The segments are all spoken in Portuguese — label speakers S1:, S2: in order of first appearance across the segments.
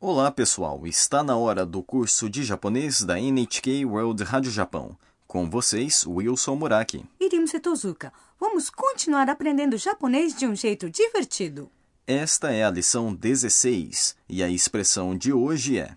S1: Olá, pessoal! Está na hora do curso de japonês da NHK World Rádio Japão. Com vocês, Wilson Muraki.
S2: Irimse Tozuka, vamos continuar aprendendo japonês de um jeito divertido.
S1: Esta é a lição 16 e a expressão de hoje é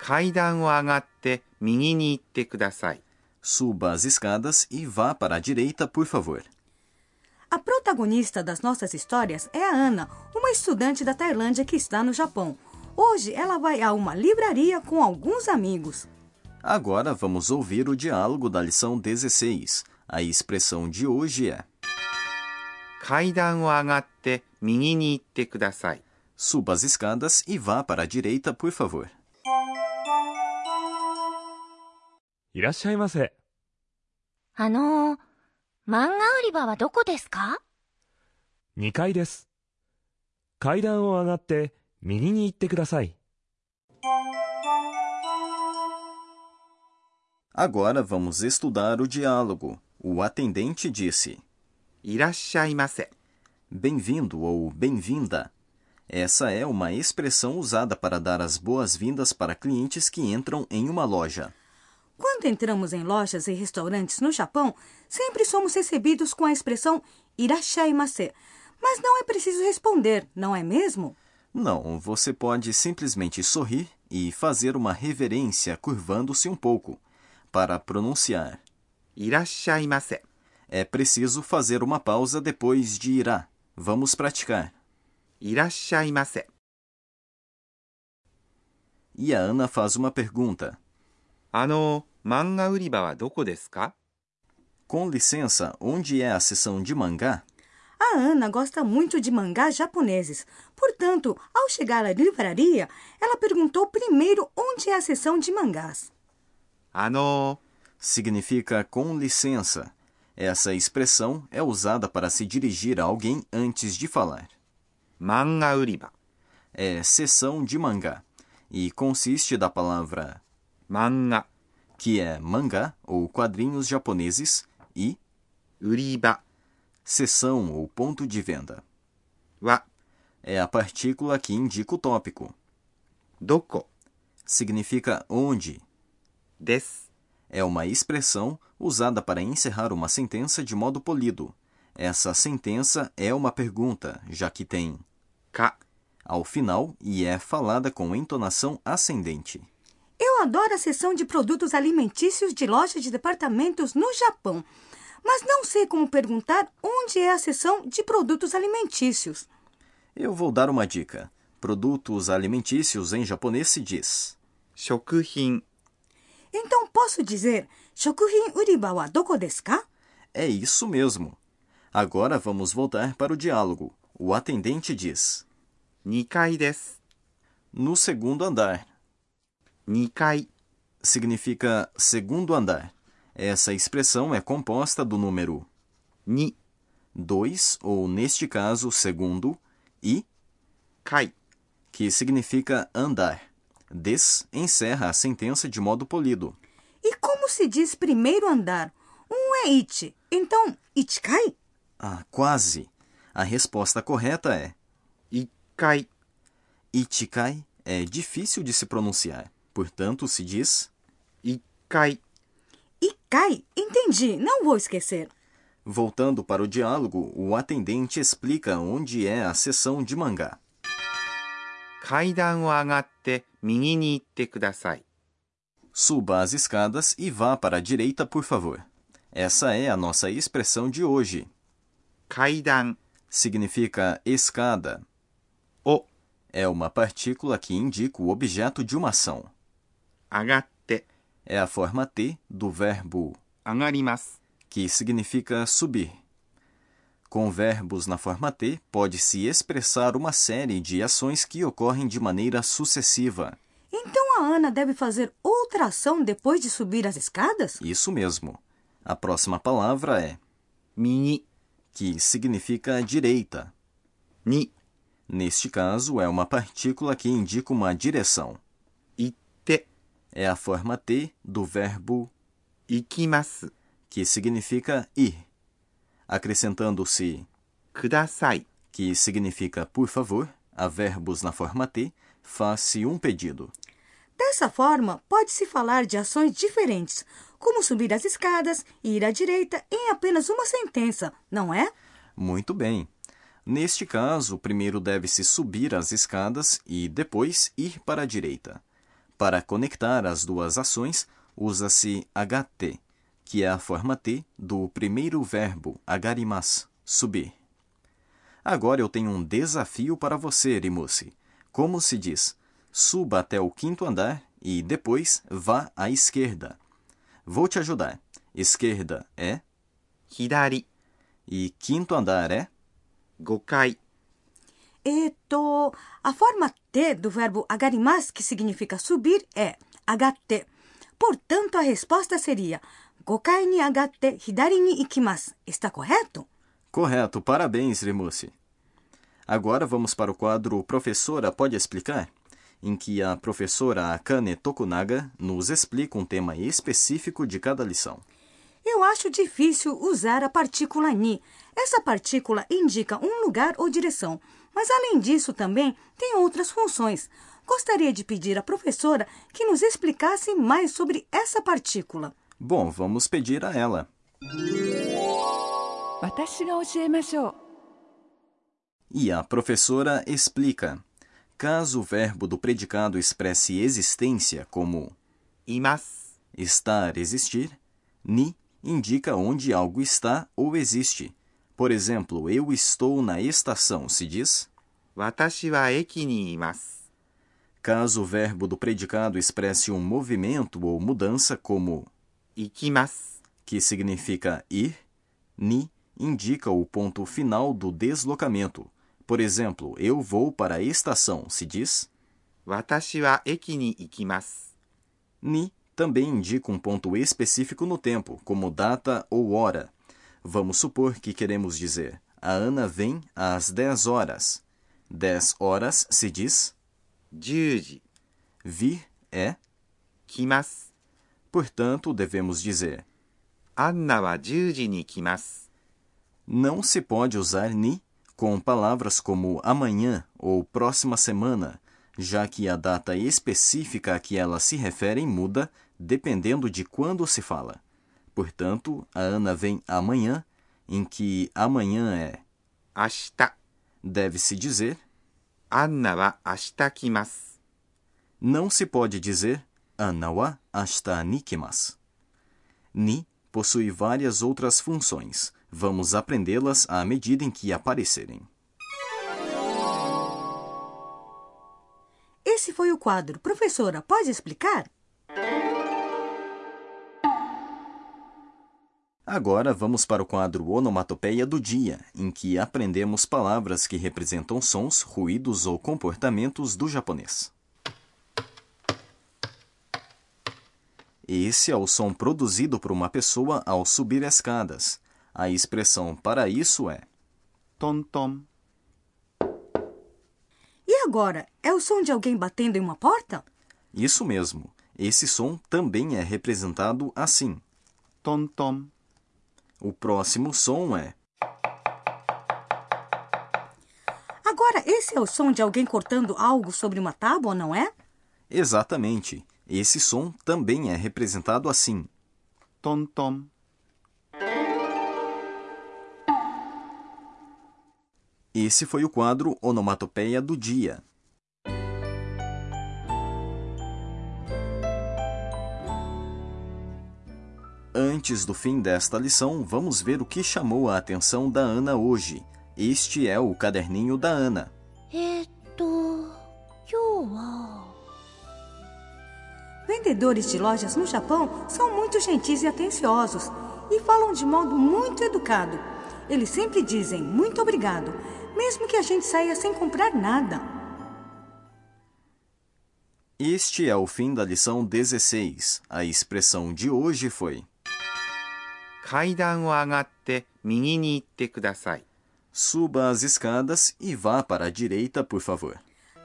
S3: 階段を上がって右に行ってください。
S1: suba as escadas e vá para a direita, por favor.
S2: A protagonista das nossas histórias é a Ana, uma estudante da Tailândia que está no Japão. Hoje ela vai a uma livraria com alguns amigos.
S1: Agora vamos ouvir o diálogo da lição 16. A expressão de hoje é
S3: 階段を上がって右に行ってください。
S1: suba as escadas e vá para a direita, por favor.
S4: いらっしゃいませ。
S5: あのー、漫画売り場はどこですか
S4: 2階です。階段を上がって右に行ってください。
S1: Agora vamos estudar o diálogo. O atendente disse:
S3: いらっしゃいませ。
S1: Bem-vindo ou bem-vinda. Essa é uma expressão usada para dar as boas-vindas para clientes que entram em uma loja.
S2: Quando entramos em lojas e restaurantes no Japão, sempre somos recebidos com a expressão irashaimase. Mas não é preciso responder, não é mesmo?
S1: Não, você pode simplesmente sorrir e fazer uma reverência curvando-se um pouco. Para pronunciar,
S3: いらっしゃいませ。
S1: é preciso fazer uma pausa depois de irá. Vamos praticar.
S3: いらっしゃいませ。
S1: E a Ana faz uma pergunta.
S3: あの、漫画売り場はどこですか
S1: Com licença, onde é a seção de mangá?
S2: A Ana gosta muito de mangás japoneses. Portanto, ao chegar à livraria, ela perguntou primeiro onde é a seção de mangás.
S3: あの、
S1: Significa com licença. Essa expressão é usada para se dirigir a alguém antes de falar.
S3: 漫画売り場。
S1: É seção de mangá e consiste da palavra
S3: 漫画、
S1: que é mangá ou quadrinhos japoneses e
S3: 売り場
S1: seção ou ponto de venda.
S3: は
S1: É a partícula que indica o tópico.
S3: どこ
S1: Significa onde.
S3: です。
S1: É uma expressão usada para encerrar uma sentença de modo polido. Essa sentença é uma pergunta, já que tem
S3: か、
S1: ao final e é falada com entonação ascendente.
S2: Eu adoro a seção de produtos alimentícios de lojas de departamentos no Japão. Mas não sei como perguntar onde é a seção de produtos alimentícios.
S1: Eu vou dar uma dica. Produtos alimentícios em japonês se diz.
S3: 食品、
S2: Então posso dizer, Shokuhin Uriba wa doko desu ka?
S1: É isso mesmo. Agora vamos voltar para o diálogo. O atendente diz:
S3: 2階です。
S1: no segundo andar.
S3: 2階、
S1: Significa segundo andar. Essa expressão é composta do número
S3: 2
S1: 2, ou neste caso, segundo, e,
S3: 階、
S1: que significa andar. Des encerra a sentença de modo polido.
S2: E como se diz primeiro andar? Um é it, então itikai?
S1: Ah, quase! A resposta correta é
S3: 1階、
S1: Itikai é difícil de se pronunciar, portanto se diz.
S3: 1階、
S2: Ikai, entendi, não vou esquecer.
S1: Voltando para o diálogo, o atendente explica onde é a seção de mangá.
S3: 階段を上がって右に行ってください。
S1: Suba as escadas e vá para a direita, por favor. Essa é a nossa expressão de hoje.
S3: 階段
S1: Significa escada.
S3: を
S1: É uma partícula que indica o objeto de uma ação.
S3: 上がって、
S1: É a forma T do verbo
S3: 上がります。
S1: que significa subir. Com verbos na forma T, pode-se expressar uma série de ações que ocorrem de maneira sucessiva.
S2: Então a Ana deve fazer outra ação depois de subir as escadas?
S1: Isso mesmo. A próxima palavra é
S3: 右、
S1: que significa direita.
S3: に、
S1: Neste caso, é uma partícula que indica uma direção.
S3: 行って、
S1: É a forma T do verbo
S3: 行きます。
S1: que significa ir, acrescentando-se
S3: ください。
S1: que significa por favor, a verbos na forma T, faz-se um pedido.
S2: Dessa forma, pode-se falar de ações diferentes, como subir as escadas e ir à direita em apenas uma sentença, não é?
S1: Muito bem. Neste caso, primeiro deve-se subir as escadas e depois ir para a direita. Para conectar as duas ações, usa-se HT, que é a forma T do primeiro verbo agarimas, subir. Agora eu tenho um desafio para você, Rimusi. Como se diz? Suba até o quinto andar e depois vá à esquerda. Vou te ajudar. Esquerda é
S3: 左
S1: e quinto andar é?
S3: 5階
S2: E to, a forma T do verbo agarimas, que significa subir, é HT. Portanto, a resposta seria 5階に上がって左に行きます. Está correto?
S1: Correto, parabéns, Rimusi. Agora vamos para o quadro Professora Pode Explicar, em que a professora Akane Tokunaga nos explica um tema específico de cada lição.
S2: Eu acho difícil usar a partícula ni. Essa partícula indica um lugar ou direção, mas além disso também tem outras funções. Gostaria de pedir à professora que nos explicasse mais sobre essa partícula.
S1: Bom, vamos pedir a ela.
S6: 私が教えましょう
S1: E a professora explica. Caso o verbo do predicado expresse existência como
S3: います。
S1: estar, existir, ni indica onde algo está ou existe. Por exemplo, eu estou na estação, se diz.
S3: 私は駅にいます。
S1: Caso o verbo do predicado expresse um movimento ou mudança como
S3: 行きます。
S1: que significa ir, ni indica o ponto final do deslocamento. Por exemplo, eu vou para a estação, se diz.
S3: 私は駅に行きます。
S1: Ni também indica um ponto específico no tempo, como data ou hora. Vamos supor que queremos dizer: a Ana vem às 10 horas. 10 horas se diz
S3: 10時、
S1: vir é,
S3: 来ます。
S1: portanto, devemos dizer
S3: アンナは10時に来ます。
S1: Não se pode usar ni com palavras como amanhã ou próxima semana, já que a data específica a que elas se referem muda dependendo de quando se fala. Portanto, a Ana vem amanhã, em que amanhã é
S3: 明日、
S1: deve-se dizer,
S3: アンナは明日来ます。
S1: não se pode dizer Ana wa ashita ni kimasu. Ni possui várias outras funções. Vamos aprendê-las à medida em que aparecerem.
S2: Esse foi o quadro. Professora, pode explicar?
S1: Agora vamos para o quadro Onomatopeia do Dia, em que aprendemos palavras que representam sons, ruídos ou comportamentos do japonês. Esse é o som produzido por uma pessoa ao subir escadas. A expressão para isso é
S3: トントン、
S2: E agora? É o som de alguém batendo em uma porta?
S1: isso mesmo. Esse som também é representado assim.
S3: トントン、
S1: O próximo som é
S2: Agora, esse é o som de alguém cortando algo sobre uma tábua, não é?
S1: exatamente. Esse som também é representado assim.
S3: トントン、
S1: Esse foi o quadro Onomatopeia do Dia. Antes do fim desta lição, vamos ver o que chamou a atenção da Ana hoje. Este é o caderninho da Ana.
S5: えーっと、今日は、
S2: Vendedores de lojas no Japão são muito gentis e atenciosos e falam de modo muito educado. Eles sempre dizem muito obrigado, mesmo que a gente saia sem comprar nada.
S1: Este é o fim da lição 16. A expressão de hoje foi:
S3: 階段を上がって右に行ってください。
S1: suba as escadas e vá para a direita, por favor.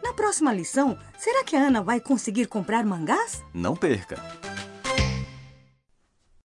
S2: Na próxima lição, será que a Ana vai conseguir comprar mangás?
S1: Não perca!